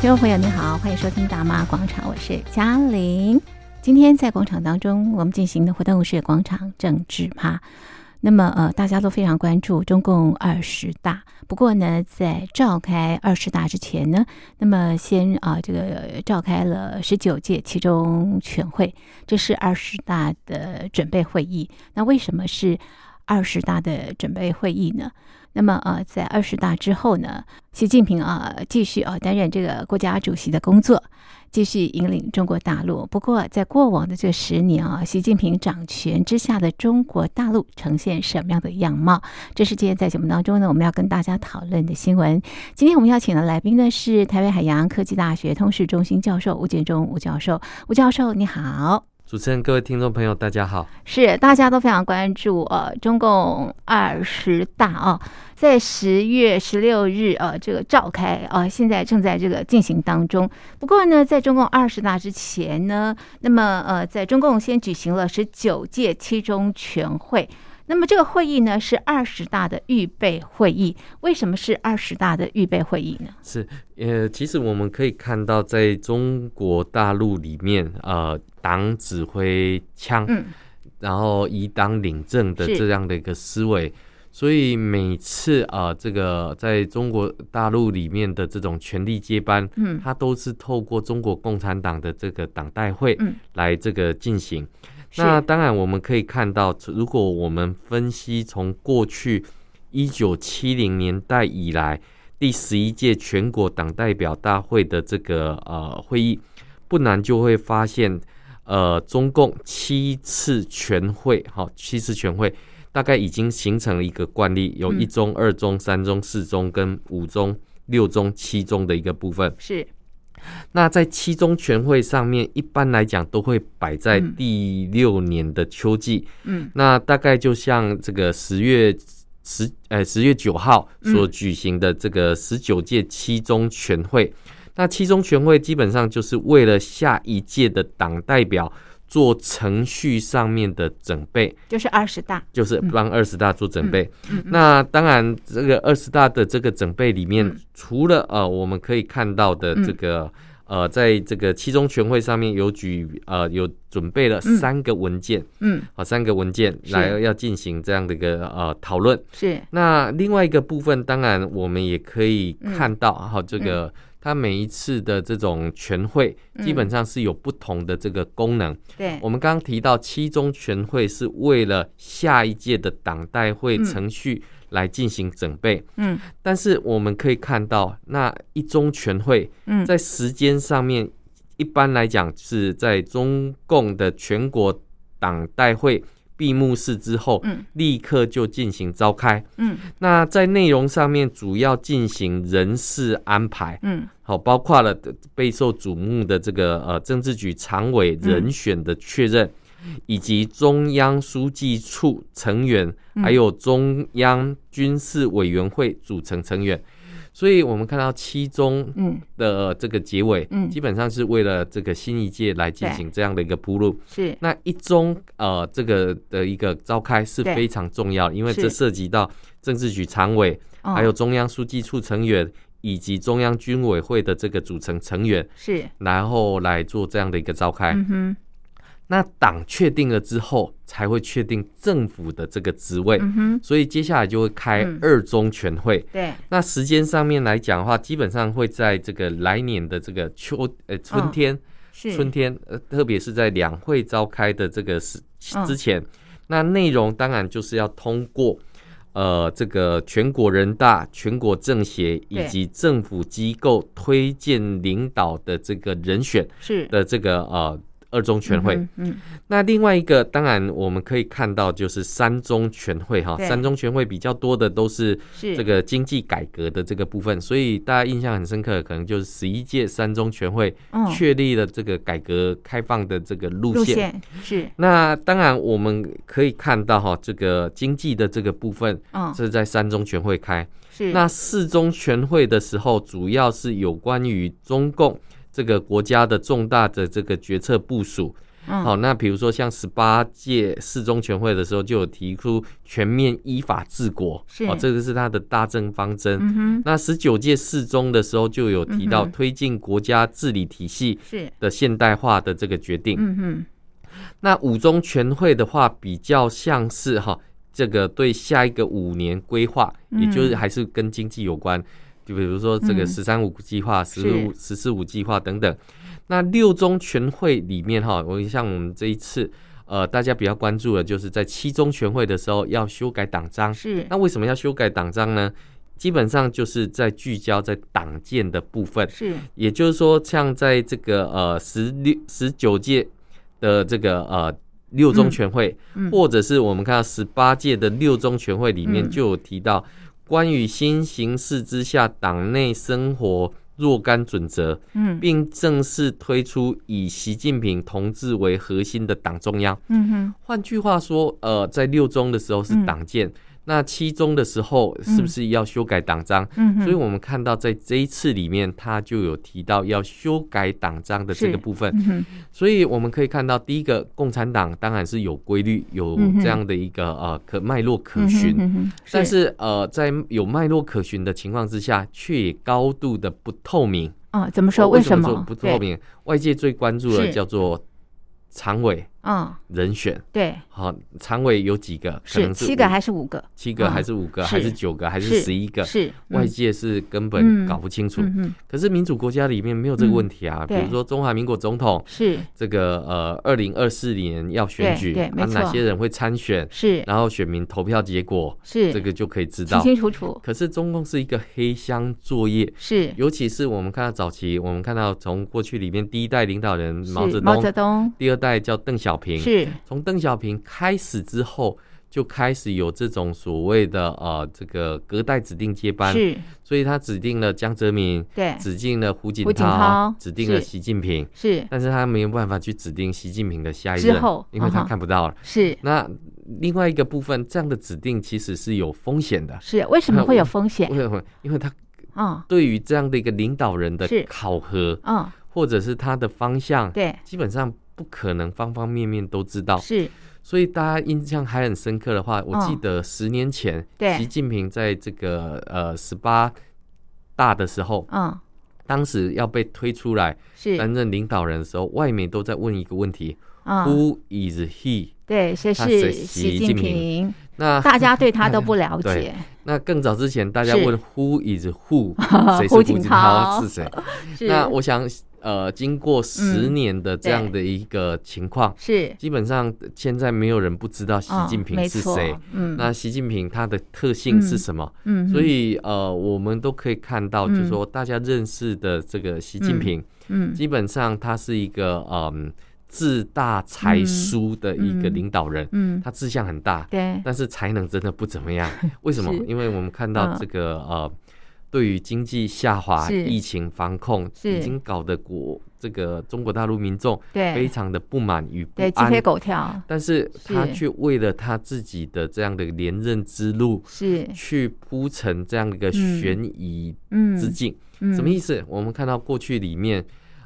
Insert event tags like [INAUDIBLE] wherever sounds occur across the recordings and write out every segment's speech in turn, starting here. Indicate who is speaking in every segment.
Speaker 1: 听众朋友，你好，欢迎收听《大妈广场》，我是嘉玲。今天在广场当中，我们进行的活动是广场政治趴。那么，呃，大家都非常关注中共二十大。不过呢，在召开二十大之前呢，那么先啊、这个召开了十九届其中全会，这是二十大的准备会议。那为什么是二十大的准备会议呢？那么，呃，在二十大之后呢，习近平啊、继续啊、担任这个国家主席的工作，继续引领中国大陆。不过，在过往的这十年啊，习近平掌权之下的中国大陆呈现什么样的样貌？这是今天在节目当中呢，我们要跟大家讨论的新闻。今天我们邀请的来宾呢是台北海洋科技大学通识中心教授吴建中吴教授。吴教授，你好。
Speaker 2: 主持人，各位听众朋友，大家好。
Speaker 1: 是大家都非常关注呃，中共二十大啊、在十月十六日呃这个召开啊、呃现在正在这个进行当中。不过呢，在中共二十大之前呢，那么呃，在中共先举行了十九届七中全会。那么这个会议呢是二十大的预备会议，为什么是二十大的预备会议呢？
Speaker 2: 是，呃，其实我们可以看到，在中国大陆里面，呃，党指挥枪，
Speaker 1: 嗯，
Speaker 2: 然后以党领政的
Speaker 1: 是
Speaker 2: 这样的一个思维，所以每次啊、呃这个在中国大陆里面的这种权力接班，
Speaker 1: 嗯
Speaker 2: 它都是透过中国共产党的这个党代会
Speaker 1: 嗯
Speaker 2: 来这个进行。
Speaker 1: 是
Speaker 2: 那当然，我们可以看到，如果我们分析从过去一九七零年代以来第十一届全国党代表大会的这个呃会议，不难就会发现，呃，中共七次全会，好、七次全会大概已经形成了一个惯例，有
Speaker 1: 嗯
Speaker 2: 一中、二中、三中、四中跟五中、六中、七中的一个部分。
Speaker 1: 是
Speaker 2: 那在七中全会上面，一般来讲都会摆在
Speaker 1: 嗯
Speaker 2: 第六年的秋季。
Speaker 1: 嗯
Speaker 2: 那大概就像这个十月十呃十月九号所
Speaker 1: 嗯
Speaker 2: 举行的这个十九届七中全会。那七中全会基本上就是为了下一届的党代表做程序上面的准备，
Speaker 1: 就是二十大
Speaker 2: 就是
Speaker 1: 嗯
Speaker 2: 帮二十大做准备。
Speaker 1: 嗯嗯
Speaker 2: 那当然，这个二十大的这个准备里面，
Speaker 1: 嗯
Speaker 2: 除了呃我们可以看到的
Speaker 1: 嗯
Speaker 2: 这个、呃，在这个七中全会上面有举呃有准备了
Speaker 1: 嗯
Speaker 2: 三个文件，
Speaker 1: 嗯
Speaker 2: 好、三个文件
Speaker 1: 是
Speaker 2: 来要进行这样的一个呃讨论。
Speaker 1: 是
Speaker 2: 那另外一个部分，当然我们也可以
Speaker 1: 嗯
Speaker 2: 看到，好、这个它每一次的这种全会，
Speaker 1: 嗯
Speaker 2: 基本上是有不同的这个功能。
Speaker 1: 对
Speaker 2: 我们刚刚提到七中全会是为了下一届的党代会
Speaker 1: 嗯
Speaker 2: 程序来进行准备，
Speaker 1: 嗯
Speaker 2: 但是我们可以看到，那一中全会
Speaker 1: 嗯
Speaker 2: 在时间上面，一般来讲是在中共的全国党代会闭幕式之后，
Speaker 1: 嗯
Speaker 2: 立刻就进行召开。
Speaker 1: 嗯
Speaker 2: 那在内容上面，主要进行人事安排，
Speaker 1: 嗯
Speaker 2: 好，包括了备受瞩目的这个呃政治局常委人选的确认，以及中央书记处成员，
Speaker 1: 嗯
Speaker 2: 还有中央军事委员会组成成员。所以我们看到七中
Speaker 1: 嗯
Speaker 2: 的呃这个结尾，
Speaker 1: 嗯
Speaker 2: 基本上是为了这个新一届来进行这样的一个铺路。
Speaker 1: 是
Speaker 2: 那一中呃这个的一个召开是
Speaker 1: 对
Speaker 2: 非常重要的，因为
Speaker 1: 是
Speaker 2: 这涉及到政治局常委，
Speaker 1: 哦
Speaker 2: 还有中央书记处成员以及中央军委会的这个组成成员，
Speaker 1: 是
Speaker 2: 然后来做这样的一个召开。
Speaker 1: 嗯哼
Speaker 2: 那党确定了之后，才会确定政府的这个职位。
Speaker 1: 嗯哼
Speaker 2: 所以接下来就会开
Speaker 1: 嗯
Speaker 2: 二中全会，
Speaker 1: 对
Speaker 2: 那时间上面来讲的话，基本上会在这个来年的这个秋呃春天，
Speaker 1: 是
Speaker 2: 春天呃，特别是在两会召开的这个时
Speaker 1: 嗯
Speaker 2: 之前，那内容当然就是要通过呃这个全国人大、全国政协以
Speaker 1: 对
Speaker 2: 及政府机构推荐领导的这个人选
Speaker 1: 是
Speaker 2: 的这个呃二中全会。
Speaker 1: 嗯哼嗯
Speaker 2: 那另外一个，当然我们可以看到就是三中全会哈，
Speaker 1: 对
Speaker 2: 三中全会比较多的都是
Speaker 1: 是
Speaker 2: 这个经济改革的这个部分，所以大家印象很深刻的，可能就是十一届三中全会
Speaker 1: 嗯
Speaker 2: 确立了这个改革开放的这个路
Speaker 1: 路
Speaker 2: 线。
Speaker 1: 线是
Speaker 2: 那当然，我们可以看到哈，这个经济的这个部分
Speaker 1: 嗯
Speaker 2: 是在三中全会开。
Speaker 1: 是
Speaker 2: 那四中全会的时候，主要是有关于中共这个国家的重大的这个决策部署，
Speaker 1: 嗯
Speaker 2: 好、那比如说像十八届四中全会的时候，就有提出全面依法治国，
Speaker 1: 是
Speaker 2: 哦，这个是他的大政方针。
Speaker 1: 嗯哼，
Speaker 2: 那十九届四中的时候就有提到
Speaker 1: 嗯哼
Speaker 2: 推进国家治理体系
Speaker 1: 是，
Speaker 2: 的现代化的这个决定。
Speaker 1: 嗯哼，
Speaker 2: 那五中全会的话，比较像是哈这个对下一个五年规划，
Speaker 1: 嗯
Speaker 2: 也就是还是跟经济有关，就比如说这个“
Speaker 1: 嗯
Speaker 2: 十三五”计划、“十
Speaker 1: 是
Speaker 2: 五”“十四五”计划等等。那六中全会里面哈，我像我们这一次。呃，大家比较关注的就是在七中全会的时候要修改党章，
Speaker 1: 是，
Speaker 2: 那为什么要修改党章呢？基本上就是在聚焦在党建的部分，
Speaker 1: 是，
Speaker 2: 也就是说，像在这个呃十六十九届的这个呃六中全会，
Speaker 1: 嗯
Speaker 2: 或者是我们看到十八届的六中全会里面
Speaker 1: 嗯
Speaker 2: 就有提到关于新形势之下党内生活若干准则，
Speaker 1: 嗯
Speaker 2: 并正式推出以习近平同志为核心的党中央。
Speaker 1: 嗯哼，
Speaker 2: 换句话说，呃，在六中的时候是
Speaker 1: 嗯
Speaker 2: 党建，那七中的时候是不是要修改党章？
Speaker 1: 嗯哼，
Speaker 2: 所以我们看到在这一次里面，他就有提到要修改党章的这
Speaker 1: 是
Speaker 2: 个部分。
Speaker 1: 嗯哼，
Speaker 2: 所以我们可以看到，第一个，共产党当然是有规律，有
Speaker 1: 嗯哼
Speaker 2: 这样的一个、呃可脉络可
Speaker 1: 嗯哼
Speaker 2: 循。
Speaker 1: 嗯哼
Speaker 2: 但是，呃，在有脉络可循的情况之下，却也高度的不透明。
Speaker 1: 啊，怎么说？
Speaker 2: 哦为
Speaker 1: 什
Speaker 2: 说
Speaker 1: 么
Speaker 2: 不透
Speaker 1: 对？
Speaker 2: 明？外界最关注的
Speaker 1: 是
Speaker 2: 叫做常委
Speaker 1: 嗯，
Speaker 2: 人选。
Speaker 1: 对，
Speaker 2: 好，常委有几个？可
Speaker 1: 是
Speaker 2: 能
Speaker 1: 七
Speaker 2: 五
Speaker 1: 个还是五个？
Speaker 2: 七个，
Speaker 1: 嗯
Speaker 2: 还是五个，
Speaker 1: 是
Speaker 2: 还是九个，还
Speaker 1: 是
Speaker 2: 是十一个？
Speaker 1: 是
Speaker 2: 外
Speaker 1: 嗯
Speaker 2: 界是根
Speaker 1: 嗯
Speaker 2: 本搞不清楚。
Speaker 1: 嗯哼，
Speaker 2: 可是民主国家里面没有这个问题啊，比
Speaker 1: 对
Speaker 2: 如说中华民国总统
Speaker 1: 是
Speaker 2: 这个呃，二零二四年要选举，
Speaker 1: 对对没
Speaker 2: 啊，
Speaker 1: 错
Speaker 2: 哪些人会参选，
Speaker 1: 是
Speaker 2: 然后选民投票结果，
Speaker 1: 是，
Speaker 2: 这个就可以知
Speaker 1: 清
Speaker 2: 道。
Speaker 1: 清楚楚，
Speaker 2: 可是中共是一个黑箱作业，
Speaker 1: 是
Speaker 2: 尤其是我们看到早期，我们看到从过去里面第一代领导人毛
Speaker 1: 是
Speaker 2: 泽
Speaker 1: 毛泽
Speaker 2: 东，
Speaker 1: 东
Speaker 2: 第二代叫邓小平，
Speaker 1: 是
Speaker 2: 从邓小平开始之后，就开始有这种所谓的呃这个隔代指定接班，
Speaker 1: 是，
Speaker 2: 所以他指定了江泽民，
Speaker 1: 对
Speaker 2: 指定了胡锦
Speaker 1: 胡锦涛
Speaker 2: 指定了
Speaker 1: 是
Speaker 2: 习近平，
Speaker 1: 是
Speaker 2: 但是他没有办法去指定习近平的下一
Speaker 1: 之
Speaker 2: 任，
Speaker 1: 后
Speaker 2: 因为
Speaker 1: 嗯
Speaker 2: 他
Speaker 1: 哼
Speaker 2: 看不到了。
Speaker 1: 是
Speaker 2: 那另外一个部分，这样的指定其实是有风险的，
Speaker 1: 是，为什么
Speaker 2: 那
Speaker 1: 会有
Speaker 2: 我
Speaker 1: 风险
Speaker 2: 为？什么？因为他
Speaker 1: 嗯
Speaker 2: 对于这样的一个领导人的
Speaker 1: 是
Speaker 2: 考核，
Speaker 1: 嗯，
Speaker 2: 或者是他的方向，
Speaker 1: 对，
Speaker 2: 基本上不可能方方面面都知道。
Speaker 1: 是
Speaker 2: 所以大家印象还很深刻的话，我
Speaker 1: 嗯
Speaker 2: 记得十年前，
Speaker 1: 对
Speaker 2: 习近平在这个呃十八大的时候，
Speaker 1: 嗯
Speaker 2: 当时要被推出来
Speaker 1: 是
Speaker 2: 担任领导人的时候，外媒都在问一个问题、
Speaker 1: 嗯，
Speaker 2: w h o is he？
Speaker 1: 对，谁
Speaker 2: 他
Speaker 1: 是
Speaker 2: 是
Speaker 1: 习
Speaker 2: 习
Speaker 1: 近
Speaker 2: 近
Speaker 1: 平？
Speaker 2: 那
Speaker 1: 大家对他都不了
Speaker 2: 对 [LAUGHS]
Speaker 1: 解，
Speaker 2: 那更早之前，大家
Speaker 1: 是
Speaker 2: 问 Who is
Speaker 1: [LAUGHS]
Speaker 2: who？谁是
Speaker 1: 胡
Speaker 2: 胡
Speaker 1: 锦
Speaker 2: 锦
Speaker 1: 涛
Speaker 2: 涛是谁？
Speaker 1: 是
Speaker 2: 那我想，呃，经过十
Speaker 1: 嗯
Speaker 2: 年的这样的一个情况，
Speaker 1: 是
Speaker 2: 基本上现在没有人不知道习
Speaker 1: 嗯
Speaker 2: 近平
Speaker 1: 没
Speaker 2: 是
Speaker 1: 错
Speaker 2: 谁。
Speaker 1: 嗯
Speaker 2: 那习近平他的特性是什么？
Speaker 1: 嗯，
Speaker 2: 所以呃，我们都可以看到，
Speaker 1: 嗯
Speaker 2: 就是说大家认识的这个习近平，
Speaker 1: 嗯
Speaker 2: 基本上他是一个嗯志大才疏的一个
Speaker 1: 嗯
Speaker 2: 领导人，
Speaker 1: 嗯，
Speaker 2: 他志向很大，
Speaker 1: 对，
Speaker 2: 但是才能真的不怎么样。为什
Speaker 1: [LAUGHS]
Speaker 2: 么
Speaker 1: 是？
Speaker 2: 因为我们看到
Speaker 1: 嗯
Speaker 2: 这个呃，对于经济下滑、
Speaker 1: 是
Speaker 2: 疫情防控，
Speaker 1: 是
Speaker 2: 已经搞得国这个中国大陆民众
Speaker 1: 对
Speaker 2: 非常的不满与不
Speaker 1: 对，鸡
Speaker 2: 安
Speaker 1: 飞。狗跳
Speaker 2: 但是他
Speaker 1: 是
Speaker 2: 却为了他自己的这样的连任之路，
Speaker 1: 是，
Speaker 2: 去铺成这样一个
Speaker 1: 嗯
Speaker 2: 悬疑
Speaker 1: 嗯，
Speaker 2: 之境，
Speaker 1: 嗯
Speaker 2: 什么意思？我们看到过去里面，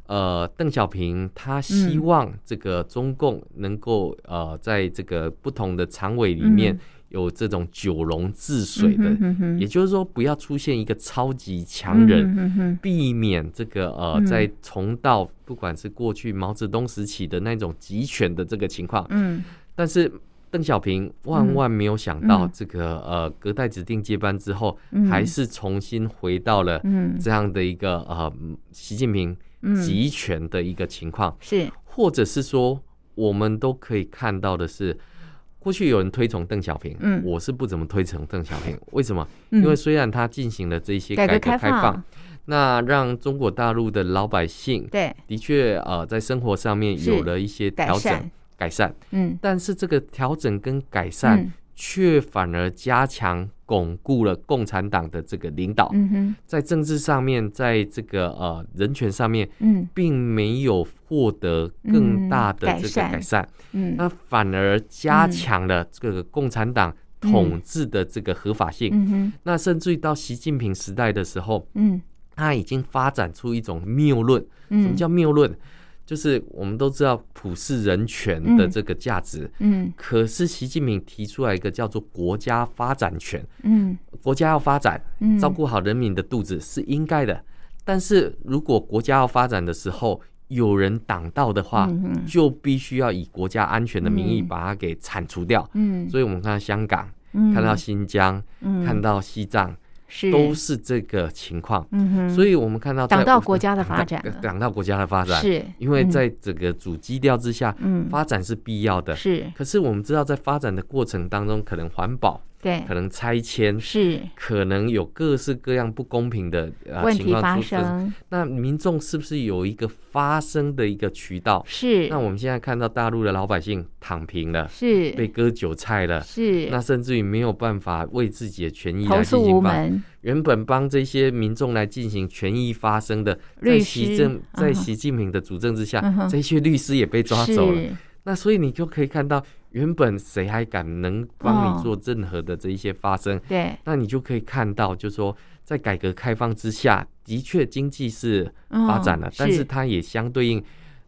Speaker 2: 呃，邓小平他希望这个中共能够呃，在这个不同的常委里面
Speaker 1: 嗯
Speaker 2: 有这种九龙治水的，
Speaker 1: 嗯哼哼
Speaker 2: 也就是说，不要出现一个超级强人。
Speaker 1: 嗯哼哼
Speaker 2: 避免这个呃，
Speaker 1: 嗯
Speaker 2: 在重蹈不管是过去毛泽东时期的那种集权的这个情况，
Speaker 1: 嗯，
Speaker 2: 但是邓小平万万没有想
Speaker 1: 嗯
Speaker 2: 到
Speaker 1: 嗯，
Speaker 2: 这个、呃隔代指定接班之后，
Speaker 1: 嗯
Speaker 2: 还是重新回到了
Speaker 1: 嗯
Speaker 2: 这样的一个呃习近平
Speaker 1: 嗯
Speaker 2: 集权的一个情况，
Speaker 1: 是
Speaker 2: 或者是说，我们都可以看到的是。过去有人推崇邓小平，
Speaker 1: 嗯
Speaker 2: 我是不怎么推崇邓小平。为什么？
Speaker 1: 嗯
Speaker 2: 因为虽然他进行了这些
Speaker 1: 改
Speaker 2: 改
Speaker 1: 革
Speaker 2: 革
Speaker 1: 开
Speaker 2: 开
Speaker 1: 放
Speaker 2: 那让中国大陆的老百姓
Speaker 1: 对
Speaker 2: 的确呃在生活上面
Speaker 1: 是
Speaker 2: 有了一些
Speaker 1: 改
Speaker 2: 调整
Speaker 1: 善
Speaker 2: 改善，
Speaker 1: 嗯
Speaker 2: 但是这个调整跟改善
Speaker 1: 嗯
Speaker 2: 却反而加强巩固了共产党的这个领导，
Speaker 1: 嗯哼
Speaker 2: 在政治上面，在这个呃人权上面，
Speaker 1: 嗯
Speaker 2: 并没有获得更大的
Speaker 1: 嗯
Speaker 2: 这
Speaker 1: 改
Speaker 2: 个
Speaker 1: 善
Speaker 2: 改善，
Speaker 1: 嗯
Speaker 2: 那反而加强了这个共产党统治的这个合法性。
Speaker 1: 嗯哼
Speaker 2: 那甚至于到习近平时代的时候，
Speaker 1: 嗯
Speaker 2: 他已经发展出一种谬论。什么
Speaker 1: 嗯
Speaker 2: 叫谬论？就是我们都知道普世人权的这个价值，
Speaker 1: 嗯
Speaker 2: 可是习近平提出来一个叫做国家发展权，
Speaker 1: 嗯
Speaker 2: 国家要发展，
Speaker 1: 嗯，
Speaker 2: 照顾好人民的肚子是应该的。但是如果国家要发展的时候，有人挡道的话，
Speaker 1: 嗯
Speaker 2: 就必须要以国家安全的名义
Speaker 1: 嗯
Speaker 2: 把它给铲除掉。
Speaker 1: 嗯，
Speaker 2: 所以我们看到香港，
Speaker 1: 以
Speaker 2: 看到新疆，看
Speaker 1: 看
Speaker 2: 到西藏，
Speaker 1: 是
Speaker 2: 都是这个情况。
Speaker 1: 嗯哼，
Speaker 2: 所以我们看到在
Speaker 1: 挡到
Speaker 2: 我们
Speaker 1: 国家的发展
Speaker 2: 挡
Speaker 1: 了
Speaker 2: 到 [LAUGHS] 挡到国家的发展，
Speaker 1: 是
Speaker 2: 因为
Speaker 1: 嗯
Speaker 2: 在整个主基调之下，
Speaker 1: 嗯
Speaker 2: 发展是必要的。
Speaker 1: 是
Speaker 2: 可是我们知道，在发展的过程当中，可能环保，
Speaker 1: 对
Speaker 2: 可能拆迁，
Speaker 1: 是
Speaker 2: 可能有各式各样不公平的呃
Speaker 1: 问
Speaker 2: 情
Speaker 1: 题
Speaker 2: 况
Speaker 1: 发
Speaker 2: 出生。
Speaker 1: 生
Speaker 2: 那民众是不是有一个发声的一个渠道？
Speaker 1: 是
Speaker 2: 那我们现在看到大陆的老百姓躺平了，被
Speaker 1: 是
Speaker 2: 割韭菜了，那
Speaker 1: 是
Speaker 2: 甚至于没有办法为自己的权益
Speaker 1: 投
Speaker 2: 来
Speaker 1: 诉
Speaker 2: 进
Speaker 1: 无
Speaker 2: 行发。
Speaker 1: 门，
Speaker 2: 原本帮这些民众来进行权益发声的，在
Speaker 1: 律
Speaker 2: 习
Speaker 1: 师
Speaker 2: 政在
Speaker 1: 嗯哼
Speaker 2: 习近平的主政之下，
Speaker 1: 嗯哼
Speaker 2: 这些律师也被抓走了。
Speaker 1: 是
Speaker 2: 那所以你就可以看到，原本谁还敢能帮
Speaker 1: 哦
Speaker 2: 你做任何的这一些发声？
Speaker 1: 对
Speaker 2: 那你就可以看到，就是说，在改革开放之下，的确经济是
Speaker 1: 嗯
Speaker 2: 发展了，但是它也相对应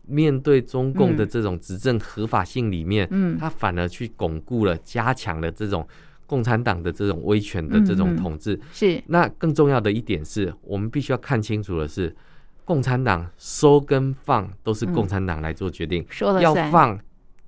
Speaker 2: 面对中共的
Speaker 1: 嗯
Speaker 2: 这种执政合法性里面，
Speaker 1: 嗯
Speaker 2: 它反而去巩固了、加强了这种共产党的这种威权的这
Speaker 1: 嗯嗯
Speaker 2: 种统治。
Speaker 1: 是
Speaker 2: 那更重要的一点是，我们必须要看清楚的是，共产党收跟放都
Speaker 1: 嗯
Speaker 2: 是共产党来做决定，
Speaker 1: 说了
Speaker 2: 要
Speaker 1: 算，
Speaker 2: 放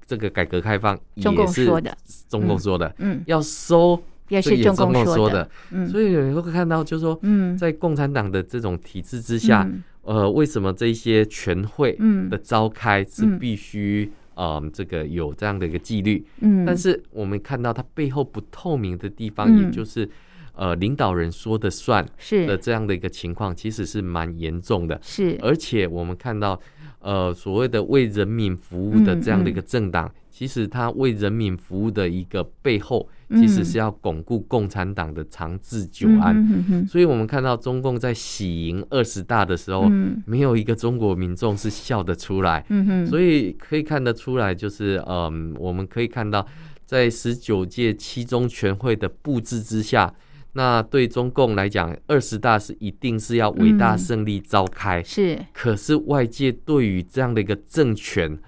Speaker 2: 这个改革开放也
Speaker 1: 中共
Speaker 2: 是
Speaker 1: 说的，
Speaker 2: 中共说的，
Speaker 1: 嗯
Speaker 2: 要收
Speaker 1: 也
Speaker 2: 这
Speaker 1: 是
Speaker 2: 也
Speaker 1: 中
Speaker 2: 共
Speaker 1: 共
Speaker 2: 说
Speaker 1: 的，，嗯
Speaker 2: 所以你会看到，就是说，
Speaker 1: 嗯
Speaker 2: 在共产党的这种体制之下，
Speaker 1: 嗯
Speaker 2: 呃，为什么这些全会
Speaker 1: 嗯
Speaker 2: 的召开是
Speaker 1: 嗯
Speaker 2: 必须，嗯，这个有这样的一个纪律？
Speaker 1: 嗯，
Speaker 2: 但是我们看到它背后不透明的地方，
Speaker 1: 嗯
Speaker 2: 也就是，呃，领导人说的算的
Speaker 1: 是
Speaker 2: 这样的一个情况，其实是蛮严重的。
Speaker 1: 是
Speaker 2: 而且我们看到，呃，所谓的为人民服务的
Speaker 1: 嗯
Speaker 2: 这样的一
Speaker 1: 嗯
Speaker 2: 个政党，其实它为人民服务的一个背后，
Speaker 1: 嗯
Speaker 2: 其实是要巩固共产党的长治久安。
Speaker 1: 嗯哼哼哼
Speaker 2: 所以，我们看到中共在喜迎二十大的时候，
Speaker 1: 嗯
Speaker 2: 没有一个中国民众是笑得出来。
Speaker 1: 嗯哼，
Speaker 2: 所以可以看得出来，就是嗯，我们可以看到，在十九届七中全会的布置之下，那对中共来讲，二十大是一定是要伟大
Speaker 1: 嗯
Speaker 2: 胜利召开。
Speaker 1: 是
Speaker 2: 可是外界对于这样的一个政权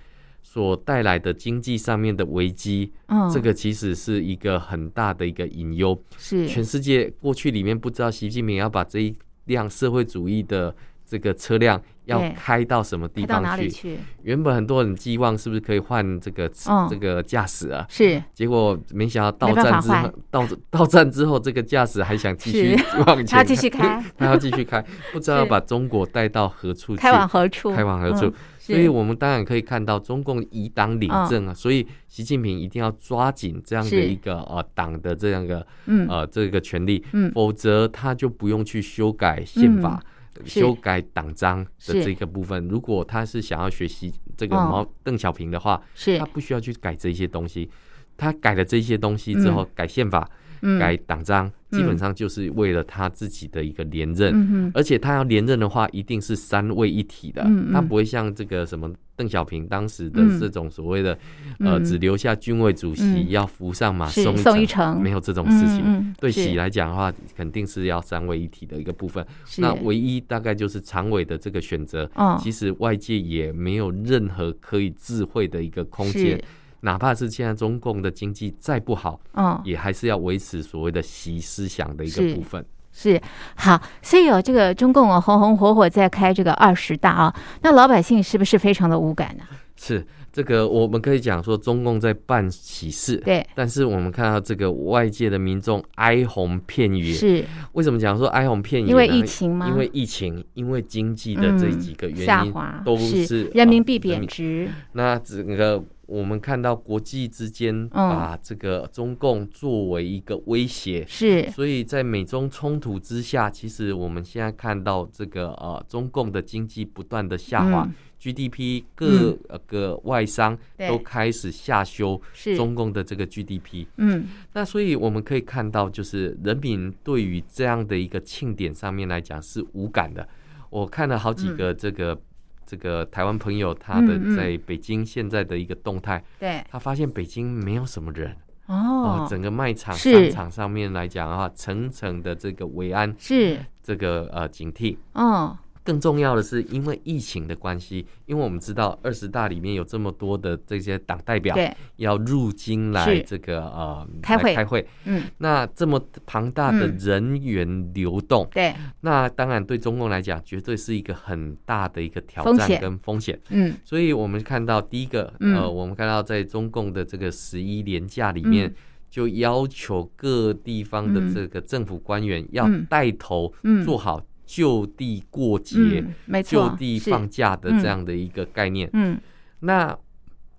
Speaker 2: 所带来的经济上面的危机，
Speaker 1: 嗯
Speaker 2: 这个其实是一个很大的一个隐忧。全
Speaker 1: 是
Speaker 2: 世界过去里面不知道习近平要把这一辆社会主义的这个车辆要
Speaker 1: 对
Speaker 2: 开到什么地
Speaker 1: 开到哪
Speaker 2: 方
Speaker 1: 里
Speaker 2: 去？
Speaker 1: 去？
Speaker 2: 原本很多人寄望是不是可以换这个、
Speaker 1: 嗯
Speaker 2: 这个驾驶啊？
Speaker 1: 是
Speaker 2: 结果没想到到
Speaker 1: 没办法
Speaker 2: 站之后
Speaker 1: 换，
Speaker 2: 到到站之后，这个驾驶还想继续往前，
Speaker 1: 他要继续开，
Speaker 2: [LAUGHS] 他要继续开，不知道要
Speaker 1: 是
Speaker 2: 把中国带到何处去，
Speaker 1: 开往何处？
Speaker 2: 开往何处
Speaker 1: 嗯？
Speaker 2: 所以我们当然可以看到中共以党领政啊，所以习近平一定要抓紧这样
Speaker 1: 嗯
Speaker 2: 的
Speaker 1: 是
Speaker 2: 一个呃党的这样一个
Speaker 1: 嗯
Speaker 2: 呃这个权利，
Speaker 1: 嗯
Speaker 2: 否则他就不用去修改宪法。
Speaker 1: 嗯是
Speaker 2: 修改党章的
Speaker 1: 是
Speaker 2: 这个部分，如果他是想要学习这个
Speaker 1: 嗯
Speaker 2: 毛邓小平的话，
Speaker 1: 是
Speaker 2: 他不需要去改这些东西。他改了这些东西之后，改宪法、
Speaker 1: 嗯
Speaker 2: 改党章，
Speaker 1: 嗯
Speaker 2: 基本上就是为了他自己的一个连任。
Speaker 1: 嗯哼
Speaker 2: 而且他要连任的话，一定是三位一体的，啊
Speaker 1: 嗯嗯
Speaker 2: 他不会像这个什么邓小平当时的
Speaker 1: 嗯
Speaker 2: 这种所谓的、
Speaker 1: 嗯
Speaker 2: 呃，只留下军委主席，
Speaker 1: 嗯
Speaker 2: 要扶上马
Speaker 1: 是
Speaker 2: 送一
Speaker 1: 送一
Speaker 2: 程，
Speaker 1: 程
Speaker 2: 没有这种事情。
Speaker 1: 嗯嗯
Speaker 2: 对
Speaker 1: 是
Speaker 2: 喜来讲的话，肯定是要三位一体的一个部分。
Speaker 1: 是
Speaker 2: 那唯一大概就是常委的这个选择，
Speaker 1: 哦
Speaker 2: 其实外界也没有任何可以智慧的一个空间
Speaker 1: 是。
Speaker 2: 哪怕是现在中共的经济再不好，
Speaker 1: 哦
Speaker 2: 也还是要维持所谓的习思想的一
Speaker 1: 是
Speaker 2: 个部分。
Speaker 1: 是好，所以哦，这个中共哦红红火火在开这个二十大啊，那老百姓是不是非常的无感
Speaker 2: [LAUGHS]
Speaker 1: 呢？
Speaker 2: 是这个，我们可以讲说中共在办喜事，
Speaker 1: 对，
Speaker 2: 但是我们看到这个外界的民众哀鸿遍野。
Speaker 1: 是
Speaker 2: 为什么讲说哀鸿遍野呢？
Speaker 1: 因为疫情吗？嗯
Speaker 2: 因为疫情，因为经济的这几个原
Speaker 1: 下
Speaker 2: 因
Speaker 1: 滑，
Speaker 2: 都
Speaker 1: 是
Speaker 2: 呃
Speaker 1: 人民币
Speaker 2: 人
Speaker 1: 贬
Speaker 2: 民
Speaker 1: 值，
Speaker 2: 那整个我们看到国际之间
Speaker 1: 嗯
Speaker 2: 把这个中共作为一个威胁，
Speaker 1: 是
Speaker 2: 所以在美中冲突之下，其实我们现在看到这个呃，中共的经济不断的下滑、
Speaker 1: 嗯
Speaker 2: g d p 各、
Speaker 1: 嗯
Speaker 2: 呃个外商
Speaker 1: 对
Speaker 2: 都开始下修
Speaker 1: 是，
Speaker 2: 中共的这个 GDP。
Speaker 1: 嗯
Speaker 2: 那所以我们可以看到，就是人民对于这样的一个庆典上面来讲是无感的。我看了好几个这个、这个台湾朋友他的
Speaker 1: 嗯嗯嗯
Speaker 2: 在北京现在的一个动态，
Speaker 1: 对，
Speaker 2: 他发现北京没有什么人。哦
Speaker 1: 哦，，
Speaker 2: 整个卖场、
Speaker 1: 是
Speaker 2: 商场上面来讲的话，层层的这个维安
Speaker 1: 是
Speaker 2: 这个呃警惕，
Speaker 1: 哦，
Speaker 2: 更重要的是，因为疫情的关系，因为我们知道二十大里面有这么多的这些党代表
Speaker 1: 对，
Speaker 2: 要入京来
Speaker 1: 是
Speaker 2: 这个呃
Speaker 1: 开
Speaker 2: 来
Speaker 1: 会
Speaker 2: 开会，
Speaker 1: 嗯，
Speaker 2: 那这么庞大的
Speaker 1: 嗯
Speaker 2: 人员流动，
Speaker 1: 对，
Speaker 2: 那当然对中共来讲，绝对是一个很大的一个挑
Speaker 1: 风
Speaker 2: 战
Speaker 1: 险
Speaker 2: 跟风险。
Speaker 1: 嗯，
Speaker 2: 所以我们看到第一个，
Speaker 1: 嗯
Speaker 2: 呃，我们看到在中共的这个十一连假里面，
Speaker 1: 嗯
Speaker 2: 就要求各地方的
Speaker 1: 嗯
Speaker 2: 这个政府官员要
Speaker 1: 嗯
Speaker 2: 带头
Speaker 1: 嗯
Speaker 2: 做好就地过节、
Speaker 1: 嗯，没
Speaker 2: 就
Speaker 1: 错，
Speaker 2: 地
Speaker 1: 是
Speaker 2: 放假的
Speaker 1: 嗯
Speaker 2: 这样的一个概念。
Speaker 1: 嗯
Speaker 2: 那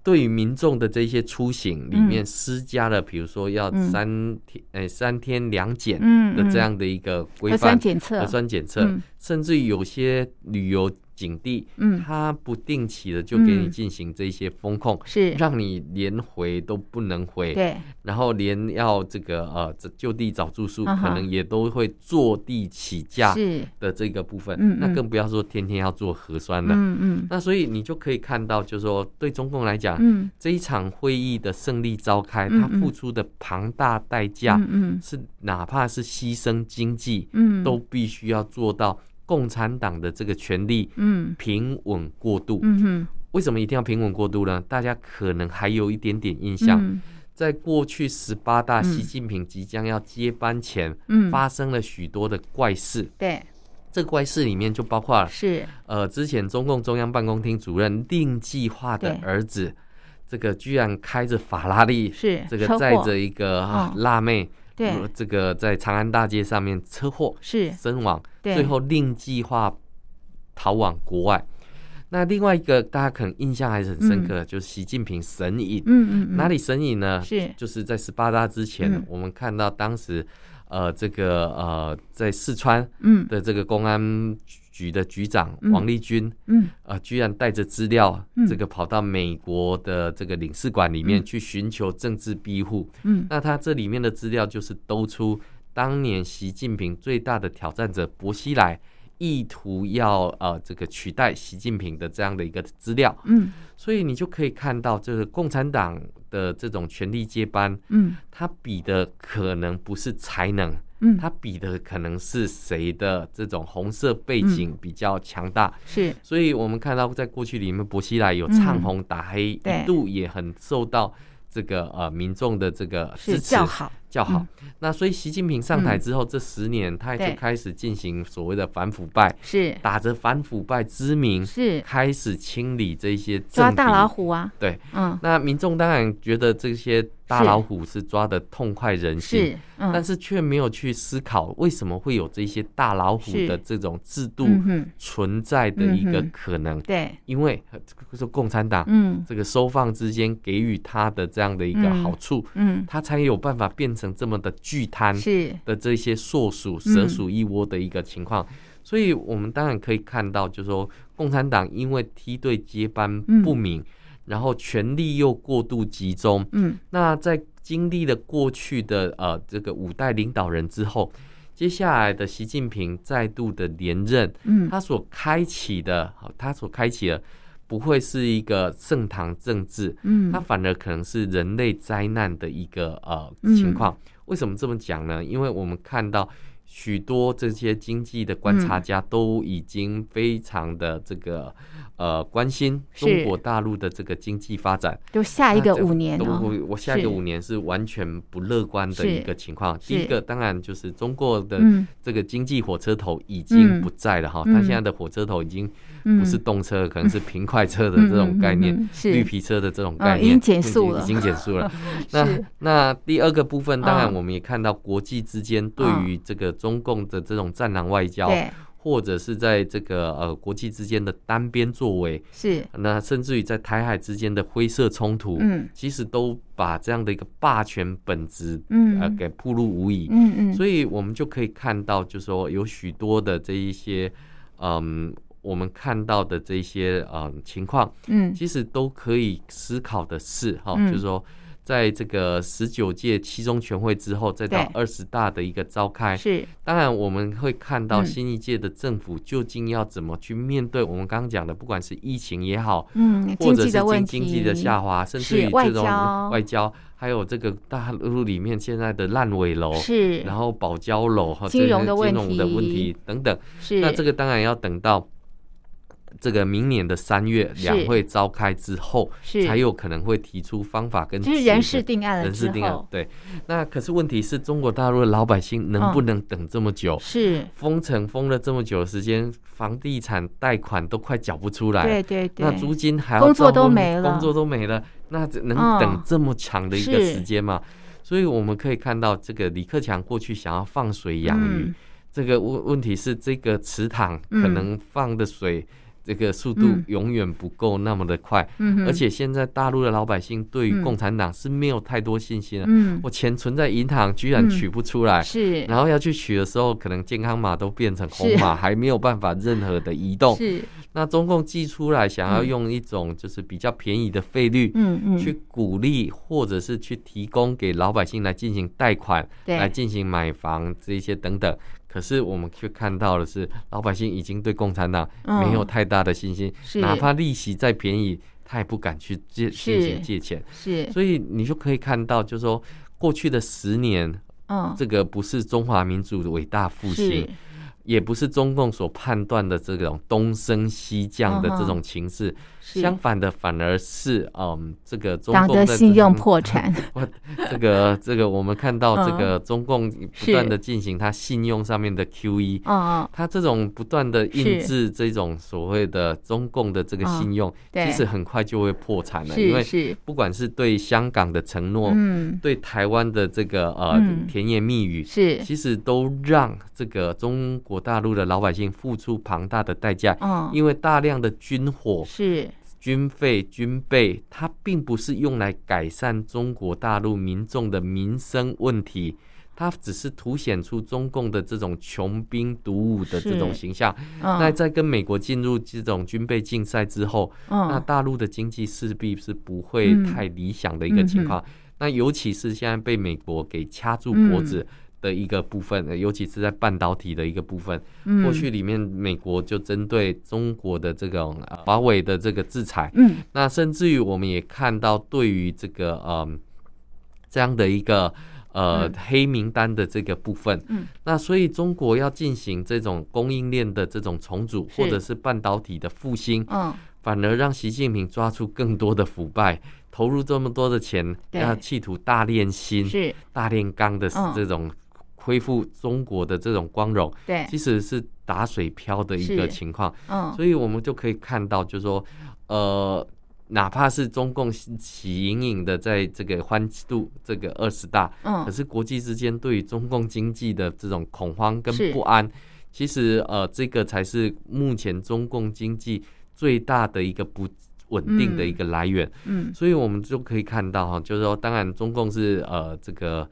Speaker 2: 对于民众的这些出行里面施加了，比如说要
Speaker 1: 嗯
Speaker 2: 三天，呃、三天两检
Speaker 1: 嗯
Speaker 2: 的
Speaker 1: 嗯
Speaker 2: 这样的一个规
Speaker 1: 核酸
Speaker 2: 范，
Speaker 1: 检测
Speaker 2: 核，酸检测，
Speaker 1: 嗯
Speaker 2: 甚至于有些旅游景地，
Speaker 1: 嗯，
Speaker 2: 它不定期的就给你
Speaker 1: 嗯
Speaker 2: 进行这些风控，
Speaker 1: 是，
Speaker 2: 让你连回都不能回，
Speaker 1: 对，
Speaker 2: 然后连要这个呃这就地找住宿，
Speaker 1: 啊
Speaker 2: 可
Speaker 1: 哈
Speaker 2: 能也都会坐地起价
Speaker 1: 是，
Speaker 2: 的这个部分。
Speaker 1: 嗯
Speaker 2: 那
Speaker 1: 嗯
Speaker 2: 更不要说天天要做核酸了。
Speaker 1: 嗯嗯
Speaker 2: 那所以你就可以看到，就是说对中共来讲，
Speaker 1: 嗯，
Speaker 2: 这一场会议的胜利召开，
Speaker 1: 嗯
Speaker 2: 它
Speaker 1: 嗯
Speaker 2: 付出的庞大代价、
Speaker 1: 嗯
Speaker 2: 是哪怕是牺牲经济，
Speaker 1: 嗯，
Speaker 2: 都必须要做到共产党的这个权力
Speaker 1: 嗯
Speaker 2: 平稳过渡。
Speaker 1: 嗯嗯
Speaker 2: 为什么一定要平稳过渡呢？大家可能还有一点点印
Speaker 1: 嗯，
Speaker 2: 象，
Speaker 1: 嗯
Speaker 2: 在过去十八大，
Speaker 1: 嗯
Speaker 2: 习近平即将要接班前，
Speaker 1: 嗯，
Speaker 2: 发生了许多的怪事。
Speaker 1: 对，
Speaker 2: 这怪事里面就包括了，
Speaker 1: 是，
Speaker 2: 呃，之前中共中央办公厅主任令计划的
Speaker 1: 对
Speaker 2: 儿子，这个居然开着法拉利，
Speaker 1: 是
Speaker 2: 这个
Speaker 1: 车
Speaker 2: 载
Speaker 1: 祸
Speaker 2: 着一个、
Speaker 1: 哦
Speaker 2: 啊辣妹，
Speaker 1: 对
Speaker 2: 呃这个在长安大街上面车祸
Speaker 1: 是，
Speaker 2: 身亡，
Speaker 1: 对
Speaker 2: 最后令计划逃往国外。那另外一个大家可能印象还是很深刻，就是习近平神隐。
Speaker 1: 嗯嗯嗯，
Speaker 2: 哪
Speaker 1: 里
Speaker 2: 里神隐呢？
Speaker 1: 是
Speaker 2: 就是在十八大之前，
Speaker 1: 嗯
Speaker 2: 我们看到当时，呃，这个呃，在四川
Speaker 1: 嗯
Speaker 2: 的这个公安局的局长
Speaker 1: 嗯
Speaker 2: 王立军，
Speaker 1: 嗯
Speaker 2: 呃，居然带着资料，
Speaker 1: 嗯
Speaker 2: 这个跑到美国的这个领事馆里面
Speaker 1: 嗯
Speaker 2: 去寻求政治庇护。
Speaker 1: 嗯
Speaker 2: 那他这里面的资料就是兜出当年习近平最大的挑战者薄熙来意图要呃这个取代习近平的这样的一个资料，
Speaker 1: 嗯
Speaker 2: 所以你就可以看到，就是共产党的这种权力接班，
Speaker 1: 嗯
Speaker 2: 他比的可能不是才能，
Speaker 1: 嗯，
Speaker 2: 他比的可能是谁的这种红色背
Speaker 1: 嗯
Speaker 2: 景比较强大。
Speaker 1: 是，
Speaker 2: 所以我们看到，在过去里面，薄熙来有唱红打黑，
Speaker 1: 嗯对
Speaker 2: 一度也很受到这个呃民众的这个支
Speaker 1: 是
Speaker 2: 持
Speaker 1: 较好，
Speaker 2: 叫好。那所以习近平上台之后，这十年他
Speaker 1: 嗯
Speaker 2: 就
Speaker 1: 对
Speaker 2: 开始进行所谓的反腐败，
Speaker 1: 是
Speaker 2: 打着反腐败之名，
Speaker 1: 是
Speaker 2: 开始清理这些政
Speaker 1: 抓
Speaker 2: 敌
Speaker 1: 大老。虎啊，
Speaker 2: 对，
Speaker 1: 嗯
Speaker 2: 那民众当然觉得这些大
Speaker 1: 是
Speaker 2: 老虎是抓的痛快人心。
Speaker 1: 是，
Speaker 2: 但
Speaker 1: 嗯
Speaker 2: 是却没有去思考为什么会有这些大老虎
Speaker 1: 是
Speaker 2: 的这种制度
Speaker 1: 嗯哼，
Speaker 2: 存在的一个
Speaker 1: 嗯哼
Speaker 2: 可能。
Speaker 1: 对，
Speaker 2: 因为呃这个是共产党
Speaker 1: 嗯
Speaker 2: 这个收放之间给予他的这样的一个
Speaker 1: 嗯
Speaker 2: 好处，
Speaker 1: 嗯
Speaker 2: 他才有办法变成这么的巨贪
Speaker 1: 是，嗯
Speaker 2: 的这些硕鼠、蛇鼠一窝的一个情况。所以，我们当然可以看到，就是说，共产党因为梯队接班
Speaker 1: 嗯
Speaker 2: 不明，然后权力又过度集中，
Speaker 1: 嗯
Speaker 2: 那在经历了过去的呃这个五代领导人之后，接下来的习近平再度的连任，
Speaker 1: 嗯
Speaker 2: 他所开启的，好他所开启的不会是一个盛唐政治，
Speaker 1: 嗯
Speaker 2: 它反而可能是人类灾难的一个呃
Speaker 1: 嗯
Speaker 2: 情况。为什么这么讲呢？因为我们看到。许多这些经济的观察家都已经非常的这个、呃关心
Speaker 1: 是
Speaker 2: 中国大陆的这个经济发展，
Speaker 1: 就下一
Speaker 2: 那
Speaker 1: 个
Speaker 2: 这
Speaker 1: 五年
Speaker 2: 都
Speaker 1: 哦，
Speaker 2: 我我下一个
Speaker 1: 是
Speaker 2: 五年是完全不乐观的一
Speaker 1: 是
Speaker 2: 个情况。第一
Speaker 1: 是
Speaker 2: 个当然就是中国的
Speaker 1: 嗯
Speaker 2: 这个经济火车头已经
Speaker 1: 嗯
Speaker 2: 不在了哈，
Speaker 1: 嗯
Speaker 2: 它现在的火车头已经
Speaker 1: 嗯，
Speaker 2: 不是动车，可能是平快车的这种概念
Speaker 1: 嗯嗯嗯嗯，是
Speaker 2: 绿皮车的这种概念，
Speaker 1: 嗯已经减速了
Speaker 2: 已经已经减速
Speaker 1: [LAUGHS]
Speaker 2: 了。那
Speaker 1: 是
Speaker 2: 那第二个部分，当然
Speaker 1: 嗯
Speaker 2: 我们也看到国际之间对于这个中共的这种战狼外交，
Speaker 1: 对，
Speaker 2: 或者是在这个呃国际之间的单边作为，
Speaker 1: 是，
Speaker 2: 那甚至于在台海之间的灰色冲突，
Speaker 1: 嗯
Speaker 2: 其实都把这样的一个霸权本质，
Speaker 1: 嗯
Speaker 2: 呃，给暴露无遗。
Speaker 1: 嗯嗯，
Speaker 2: 所以我们就可以看到，就是说有许多的这一些，嗯，我们看到的这一些嗯情况，
Speaker 1: 嗯
Speaker 2: 其实都可以思考的是哈、
Speaker 1: 嗯
Speaker 2: 就是说。在这个十九届七中全会之后，再到
Speaker 1: 对
Speaker 2: 二十大的一个召开，
Speaker 1: 是，
Speaker 2: 当然我们会看到
Speaker 1: 嗯
Speaker 2: 新一届的政府究竟要怎么去面对我们刚刚讲的，不管是疫情也好，
Speaker 1: 嗯，
Speaker 2: 或
Speaker 1: 经
Speaker 2: 者
Speaker 1: 济
Speaker 2: 是
Speaker 1: 的问
Speaker 2: 经
Speaker 1: 题，
Speaker 2: 经济的下滑，甚至于
Speaker 1: 外
Speaker 2: 这种
Speaker 1: 交
Speaker 2: 外交，还有这个大陆里面现在的烂尾楼，
Speaker 1: 是，
Speaker 2: 然后保交楼哈，
Speaker 1: 金融的
Speaker 2: 这些金
Speaker 1: 问
Speaker 2: 融的问
Speaker 1: 题
Speaker 2: 题等等。
Speaker 1: 是
Speaker 2: 那这个当然要等到这个明年的三月
Speaker 1: 是
Speaker 2: 两会召开之后，
Speaker 1: 是
Speaker 2: 才有可能会提出方法跟
Speaker 1: 就是
Speaker 2: 解
Speaker 1: 人
Speaker 2: 决
Speaker 1: 事定案了
Speaker 2: 人
Speaker 1: 之
Speaker 2: 事定案
Speaker 1: 后，。
Speaker 2: 对，那可是问题是中国大陆的老百姓能不能等这么久？
Speaker 1: 是，
Speaker 2: 封城封了这么久的时间，房地产贷款都快缴不出来，
Speaker 1: 对对对，
Speaker 2: 那租金还要
Speaker 1: 工作
Speaker 2: 照顾
Speaker 1: 都没了
Speaker 2: 工作都没了，那只能
Speaker 1: 嗯
Speaker 2: 等这么长的一个
Speaker 1: 是
Speaker 2: 时间嘛？所以我们可以看到，这个李克强过去想要放水养鱼，
Speaker 1: 嗯
Speaker 2: 这个问问题是这个池塘
Speaker 1: 嗯
Speaker 2: 可能放的水。这个速度
Speaker 1: 嗯
Speaker 2: 永远不够那么的快，
Speaker 1: 嗯哼，
Speaker 2: 而且现在大陆的老百姓对
Speaker 1: 嗯
Speaker 2: 于共产党是没有太多信心的。
Speaker 1: 嗯
Speaker 2: 我钱存在银行居然
Speaker 1: 嗯
Speaker 2: 取不出来，
Speaker 1: 是
Speaker 2: 然后要去取的时候，可能健康码都变成红
Speaker 1: 是
Speaker 2: 码，还没有办法任何的移动。
Speaker 1: 是
Speaker 2: 那中共寄出来，想要
Speaker 1: 嗯
Speaker 2: 用一种就是比较便宜的费率、
Speaker 1: 嗯嗯
Speaker 2: 去鼓励，或者是去提供给老百姓来进行贷款，来
Speaker 1: 对
Speaker 2: 进行买房这一些等等。可是我们却看到的是，老百姓已经对共产党
Speaker 1: 嗯
Speaker 2: 没有太大的信心，
Speaker 1: 是
Speaker 2: 哪怕利息再便宜，他也不敢去借进
Speaker 1: 是
Speaker 2: 行借钱。
Speaker 1: 是
Speaker 2: 所以你就可以看到，就是说过去的十年，
Speaker 1: 嗯
Speaker 2: 这个不是中华民族的伟大复兴
Speaker 1: 是，
Speaker 2: 也不是中共所判断的这种东升西降的这种情势，
Speaker 1: 嗯是
Speaker 2: 相反的，反而是嗯，这个中
Speaker 1: 党
Speaker 2: 共
Speaker 1: 的
Speaker 2: 在
Speaker 1: 信用
Speaker 2: 整
Speaker 1: 破产 [LAUGHS]
Speaker 2: 这个这个，我们看到这个中共不
Speaker 1: 嗯是
Speaker 2: 断的进行它信用上面的 QE。
Speaker 1: 嗯嗯
Speaker 2: 它这种不断的印
Speaker 1: 是
Speaker 2: 制这种所谓的中共的这个
Speaker 1: 嗯
Speaker 2: 信用，
Speaker 1: 对
Speaker 2: 其实很快就会破产了，因
Speaker 1: 是
Speaker 2: 为
Speaker 1: 是
Speaker 2: 不管是对香港的承诺，
Speaker 1: 嗯
Speaker 2: 对台湾的这个呃、
Speaker 1: 嗯
Speaker 2: 甜言蜜语，
Speaker 1: 是
Speaker 2: 其实都让这个中国大陆的老百姓付出庞大的代价，
Speaker 1: 嗯
Speaker 2: 因为大量的军火、
Speaker 1: 是
Speaker 2: 军费、军备，它并不是用来改善中国大陆民众的民生问题。它只是凸显出中共的这种穷兵黩武的这种
Speaker 1: 是
Speaker 2: 形象。那
Speaker 1: 嗯
Speaker 2: 在跟美国进入这种军备竞赛之后，那
Speaker 1: 嗯
Speaker 2: 大陆的经济势必是不会
Speaker 1: 嗯
Speaker 2: 太理想的一个情况。那尤其是现在被美国给掐住脖子
Speaker 1: 嗯
Speaker 2: 的一个部分，呃尤其是在半导体的一个部分。
Speaker 1: 嗯
Speaker 2: 过去里面，美国就针对中国的这种呃华为的这个制裁，
Speaker 1: 嗯
Speaker 2: 那甚至于我们也看到对于这个嗯这样的一个。呃，
Speaker 1: 嗯
Speaker 2: 黑名单的这个部分，
Speaker 1: 嗯，
Speaker 2: 那所以中国要进行这种供应链的这种重组，
Speaker 1: 是
Speaker 2: 或者是半导体的复兴，
Speaker 1: 嗯
Speaker 2: 反而让习近平抓出更多的腐败，投入这么多的钱，
Speaker 1: 对
Speaker 2: 要企图大炼心、
Speaker 1: 嗯是
Speaker 2: 大炼钢的
Speaker 1: 嗯
Speaker 2: 这种恢复中国的这种光荣，
Speaker 1: 对
Speaker 2: 其实是打水漂的一个
Speaker 1: 是
Speaker 2: 情况。
Speaker 1: 嗯
Speaker 2: 所以我们就可以看到，就是说，呃。哪怕是中共喜盈盈的在这个欢度这个二十大，可
Speaker 1: 嗯
Speaker 2: 是国际之间对于中共经济的这种恐慌跟
Speaker 1: 是
Speaker 2: 不安，其实呃，这个才是目前中共经济最大的一个不稳定的一个来源。
Speaker 1: 嗯
Speaker 2: 所以我们就可以看到哈，就是说，当然中共是呃这个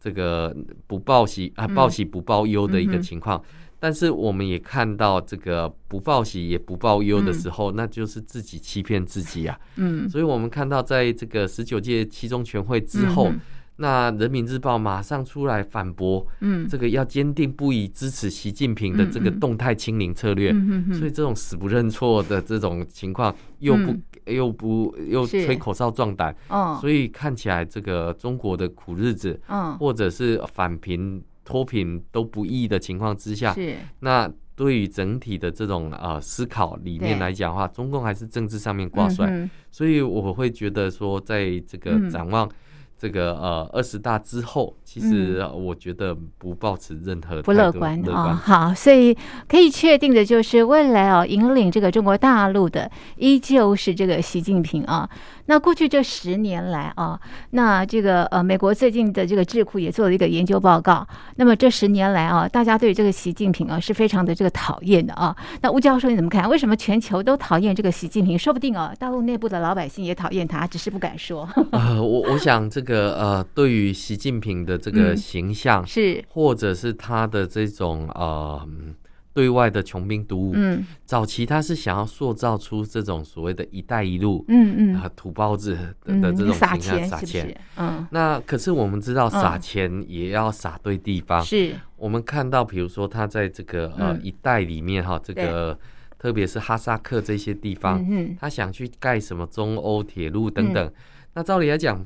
Speaker 2: 这个不报喜啊，
Speaker 1: 嗯
Speaker 2: 报喜不报忧的一
Speaker 1: 嗯
Speaker 2: 个
Speaker 1: 哼
Speaker 2: 情况。但是我们也看到，这个不报喜也不报忧的时候，那就是自己欺骗自己啊。
Speaker 1: 嗯
Speaker 2: 所以我们看到，在这个十九届七中全会之后，
Speaker 1: 嗯
Speaker 2: 那人民日报马上出来反驳
Speaker 1: 嗯
Speaker 2: 这个要坚定不移支持习近平的这个
Speaker 1: 嗯嗯
Speaker 2: 动态清零策略。
Speaker 1: 嗯嗯嗯
Speaker 2: 所以这种死不认错的这种情况，又不、又不又
Speaker 1: 嗯是
Speaker 2: 吹口哨壮胆，
Speaker 1: 嗯
Speaker 2: 所以看起来这个中国的苦日子，
Speaker 1: 嗯
Speaker 2: 或者是返贫脱贫都不易的情况之下，
Speaker 1: 是
Speaker 2: 那对于整体的这种呃思考里面
Speaker 1: 对
Speaker 2: 来讲的话，中共还是政治上面挂帅，
Speaker 1: 嗯哼
Speaker 2: 所以我会觉得说，在这个
Speaker 1: 嗯
Speaker 2: 展望这个、呃二十大之后，其实呃我觉得不抱持任何
Speaker 1: 嗯不
Speaker 2: 态
Speaker 1: 乐
Speaker 2: 度
Speaker 1: 观
Speaker 2: 乐
Speaker 1: 啊、
Speaker 2: 观
Speaker 1: 哦。好，所以可以确定的就是，未来哦，引领这个中国大陆的依旧是这个习近平啊、那过去这十年来啊、那这个呃，美国最近的这个智库也做了一个研究报告。那么这十年来啊，大家对这个习近平啊是非常的这个讨厌的啊。那吴教授你怎么看？为什么全球都讨厌这个习近平？说不定哦，大陆内部的老百姓也讨厌他，只是不敢说。
Speaker 2: [LAUGHS] 呃，我我想这个呃，对于习近平的这个
Speaker 1: 嗯
Speaker 2: 形象，
Speaker 1: 是，
Speaker 2: 或者是他的这种呃嗯对外的穷兵黩武，
Speaker 1: 嗯
Speaker 2: 早期他是想要塑造出这种所谓的一带一路
Speaker 1: 嗯
Speaker 2: 啊、
Speaker 1: 嗯
Speaker 2: 土包子的
Speaker 1: 嗯，
Speaker 2: 的这种
Speaker 1: 撒
Speaker 2: 形象
Speaker 1: 钱
Speaker 2: 撒
Speaker 1: 是不是
Speaker 2: 钱。？
Speaker 1: 嗯，
Speaker 2: 那可是我们知道，撒
Speaker 1: 嗯
Speaker 2: 钱也要撒对地方。
Speaker 1: 是，
Speaker 2: 我们看到，比如说他在这个呃
Speaker 1: 嗯
Speaker 2: 一带里面哈，这
Speaker 1: 对
Speaker 2: 个特别是哈萨克这些地方，
Speaker 1: 嗯嗯。嗯
Speaker 2: 他想去盖什么中欧铁路等等。那照理来讲，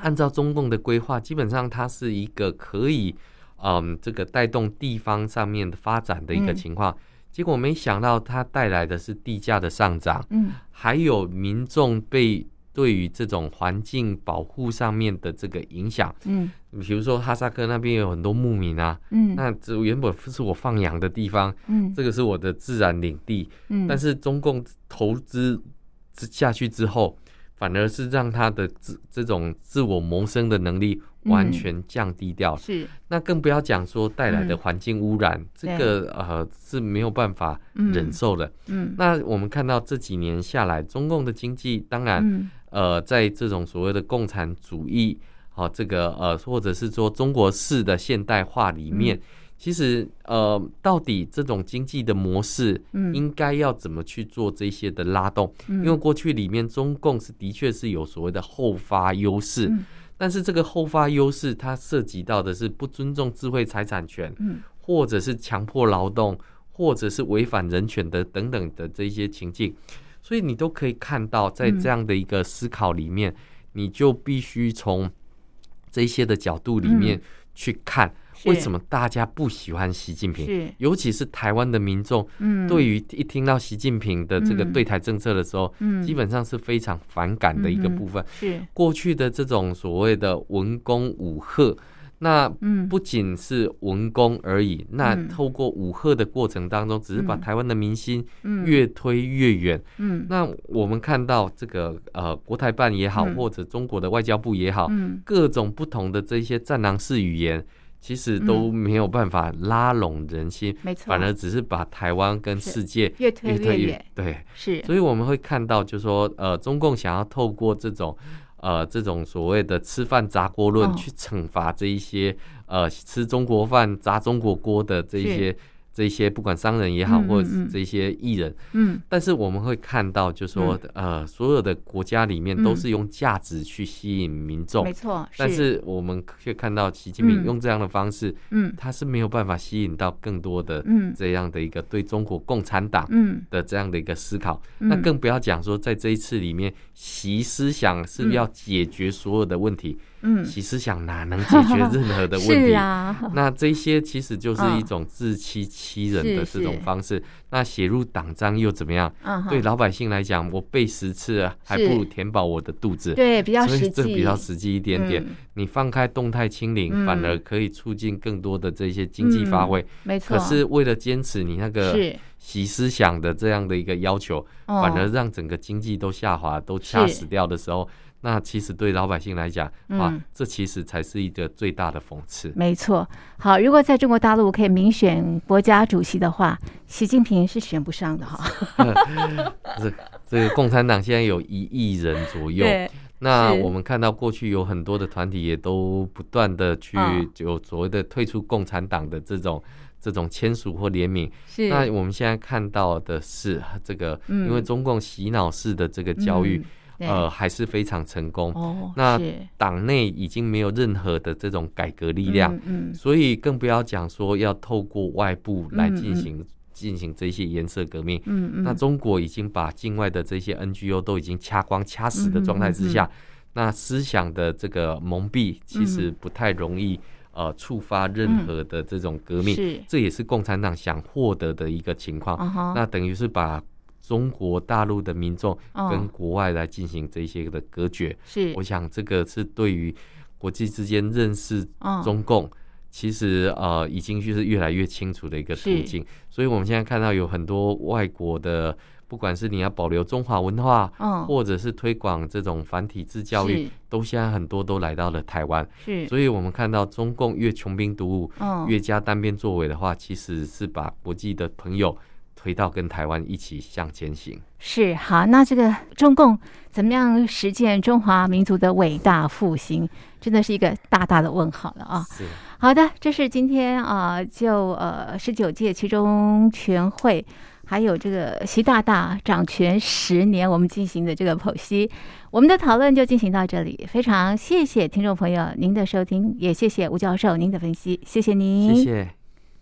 Speaker 2: 按照中共的规划，基本上它是一个可以，嗯，这个带动地方上面的发展的一个
Speaker 1: 嗯
Speaker 2: 情况。结果没想到它带来的是地价的上涨，
Speaker 1: 嗯
Speaker 2: 还有民众被对于这种环境保护上面的这个影响。
Speaker 1: 嗯
Speaker 2: 比如说哈萨克那边有很多牧民啊，
Speaker 1: 嗯
Speaker 2: 那这原本是我放羊的地方，
Speaker 1: 嗯
Speaker 2: 这个是我的自然领地，
Speaker 1: 嗯，
Speaker 2: 但是中共投资之下去之后，反而是让他的自这种自我谋生的能力完全降低掉了。
Speaker 1: 是
Speaker 2: 那更不要讲说带来的环境污染，这个呃是没有办法忍受的。
Speaker 1: 嗯
Speaker 2: 那我们看到这几年下来，中共的经济当然、
Speaker 1: 嗯
Speaker 2: 呃在这种所谓的共产主义。好、这个呃，或者是说中国式的现代化里面，
Speaker 1: 嗯
Speaker 2: 其实呃，到底这种经济的模式
Speaker 1: 嗯
Speaker 2: 应该要怎么去做这些的拉动？
Speaker 1: 嗯
Speaker 2: 因为过去里面中共是的确是有所谓的后发优势，
Speaker 1: 嗯
Speaker 2: 但是这个后发优势它涉及到的是不尊重智慧财产权，
Speaker 1: 嗯
Speaker 2: 或者是强迫劳动，或者是违反人权的等等的这一些情境，所以你都可以看到，在
Speaker 1: 嗯
Speaker 2: 这样的一个思考里面，你就必须从这些的角度里面去看，
Speaker 1: 嗯是
Speaker 2: 为什么大家不喜欢习近平，
Speaker 1: 是
Speaker 2: 尤其是台湾的民众。
Speaker 1: 嗯
Speaker 2: 对于一听到习近平的这个
Speaker 1: 嗯
Speaker 2: 对台政策的时候，
Speaker 1: 嗯
Speaker 2: 基本上是非常反感的一个部分。
Speaker 1: 是
Speaker 2: 过去的这种所谓的文攻武赫，那
Speaker 1: 嗯
Speaker 2: 不仅是文攻而已，那
Speaker 1: 嗯
Speaker 2: 透过武赫的过程当中，只是把
Speaker 1: 嗯
Speaker 2: 台湾的民心
Speaker 1: 嗯
Speaker 2: 越推越远。
Speaker 1: 嗯
Speaker 2: 那我们看到这个呃，国台办也好，
Speaker 1: 嗯
Speaker 2: 或者中国的外交部也好，
Speaker 1: 嗯
Speaker 2: 各种不同的这些战狼式语言，其实都没有办法拉拢人心。
Speaker 1: 嗯没错，
Speaker 2: 反而只是把台湾跟
Speaker 1: 是
Speaker 2: 世界
Speaker 1: 越推越远，
Speaker 2: 对，
Speaker 1: 是
Speaker 2: 所以我们会看到，就说呃，中共想要透过这种呃这种所谓的吃饭砸锅论
Speaker 1: 哦
Speaker 2: 去惩罚这一些呃吃中国饭砸中国锅的这一
Speaker 1: 是
Speaker 2: 些这一些不管商人也好，
Speaker 1: 嗯嗯
Speaker 2: 或者是
Speaker 1: 嗯
Speaker 2: 这些艺人，
Speaker 1: 嗯
Speaker 2: 但是我们会看到，就说呃所有的国家里面都
Speaker 1: 嗯
Speaker 2: 是用价值去吸引民众
Speaker 1: 没。错，
Speaker 2: 但是我们却看到习近平
Speaker 1: 嗯
Speaker 2: 用这样的方式，
Speaker 1: 嗯
Speaker 2: 他是没有办法吸引到更多的
Speaker 1: 嗯
Speaker 2: 这样的一个对中国共产党
Speaker 1: 嗯
Speaker 2: 的这样的一个思考。
Speaker 1: 嗯
Speaker 2: 那更不要讲说，在这一次里面，习思想是要解决所有的问题，
Speaker 1: 嗯
Speaker 2: 习思想哪能解决任何的问
Speaker 1: 是
Speaker 2: 题？
Speaker 1: 啊，
Speaker 2: 那这些其实就是一种自欺欺人的
Speaker 1: 是
Speaker 2: 这种
Speaker 1: 是
Speaker 2: 方式。那写入党章又怎么样？
Speaker 1: 嗯
Speaker 2: 对
Speaker 1: 哼
Speaker 2: 老百姓来讲，我背十次啊还不如填饱我的肚子。
Speaker 1: 对比较
Speaker 2: 所以
Speaker 1: 实
Speaker 2: 这
Speaker 1: 际，
Speaker 2: 比较实际一点点。
Speaker 1: 嗯
Speaker 2: 你放开动态清零，
Speaker 1: 嗯
Speaker 2: 反而可以促进更多的这些经济发挥。
Speaker 1: 没
Speaker 2: 可
Speaker 1: 错，
Speaker 2: 是为了坚持你那个
Speaker 1: 是
Speaker 2: 习思想的这样的一个要求，
Speaker 1: 哦
Speaker 2: 反而让整个经济都下滑、都掐死掉的时候，那其实对老百姓来讲，哇，
Speaker 1: 嗯
Speaker 2: 这其实才是一个最大的讽刺。
Speaker 1: 没错。好，如果在中国大陆可以民选国家主席的话，习近平是选不上的 [LAUGHS] 哈。
Speaker 2: 这这个共产党现在有一亿人左右，
Speaker 1: 对，
Speaker 2: 那
Speaker 1: 是
Speaker 2: 我们看到过去有很多的团体也都不断的去
Speaker 1: 嗯
Speaker 2: 有所谓的退出共产党的这种。这种签署或联名，
Speaker 1: 是
Speaker 2: 那我们现在看到的是这个，
Speaker 1: 嗯
Speaker 2: 因为中共洗脑式的这个教育，，
Speaker 1: 嗯对
Speaker 2: 呃，还是非常成功。
Speaker 1: 哦，
Speaker 2: 那
Speaker 1: 是
Speaker 2: 党内已经没有任何的这种改革力量，，
Speaker 1: 嗯嗯
Speaker 2: 所以更不要讲说要透过外部来进行、进行这些颜色革命。
Speaker 1: 嗯嗯，
Speaker 2: 那中国已经把境外的这些 NGO 都已经掐光、掐死的状态之
Speaker 1: 嗯
Speaker 2: 下，那思想的这个蒙蔽其实不太容易、呃触发任何的这种革
Speaker 1: 嗯
Speaker 2: 命，
Speaker 1: 是
Speaker 2: 这也是共产党想获得的一个情况。
Speaker 1: 啊哈，
Speaker 2: 那等于是把中国大陆的民众
Speaker 1: 哦
Speaker 2: 跟国外来进行这些的隔绝。
Speaker 1: 是
Speaker 2: 我想这个是对于国际之间认识
Speaker 1: 哦
Speaker 2: 中共，其实呃已经就是越来越清楚的一个途
Speaker 1: 是
Speaker 2: 径。所以我们现在看到有很多外国的，不管是你要保留中华文化，
Speaker 1: 哦
Speaker 2: 或者是推广这种繁体字教育
Speaker 1: 是，
Speaker 2: 都现在很多都来到了台湾。
Speaker 1: 是
Speaker 2: 所以我们看到中共越穷兵黩武，
Speaker 1: 哦
Speaker 2: 越加单边作为的话，其实是把国际的朋友推到跟台湾一起向前行。
Speaker 1: 是好，那这个中共怎么样实践中华民族的伟大复兴，真的是一个大大的问号了啊！
Speaker 2: 是，
Speaker 1: 好的，这是今天啊、呃就呃十九届其中全会，还有这个习大大掌权十年，我们进行的这个剖析，我们的讨论就进行到这里。非常谢谢听众朋友您的收听，也谢谢吴教授您的分析，谢谢您，
Speaker 2: 谢谢。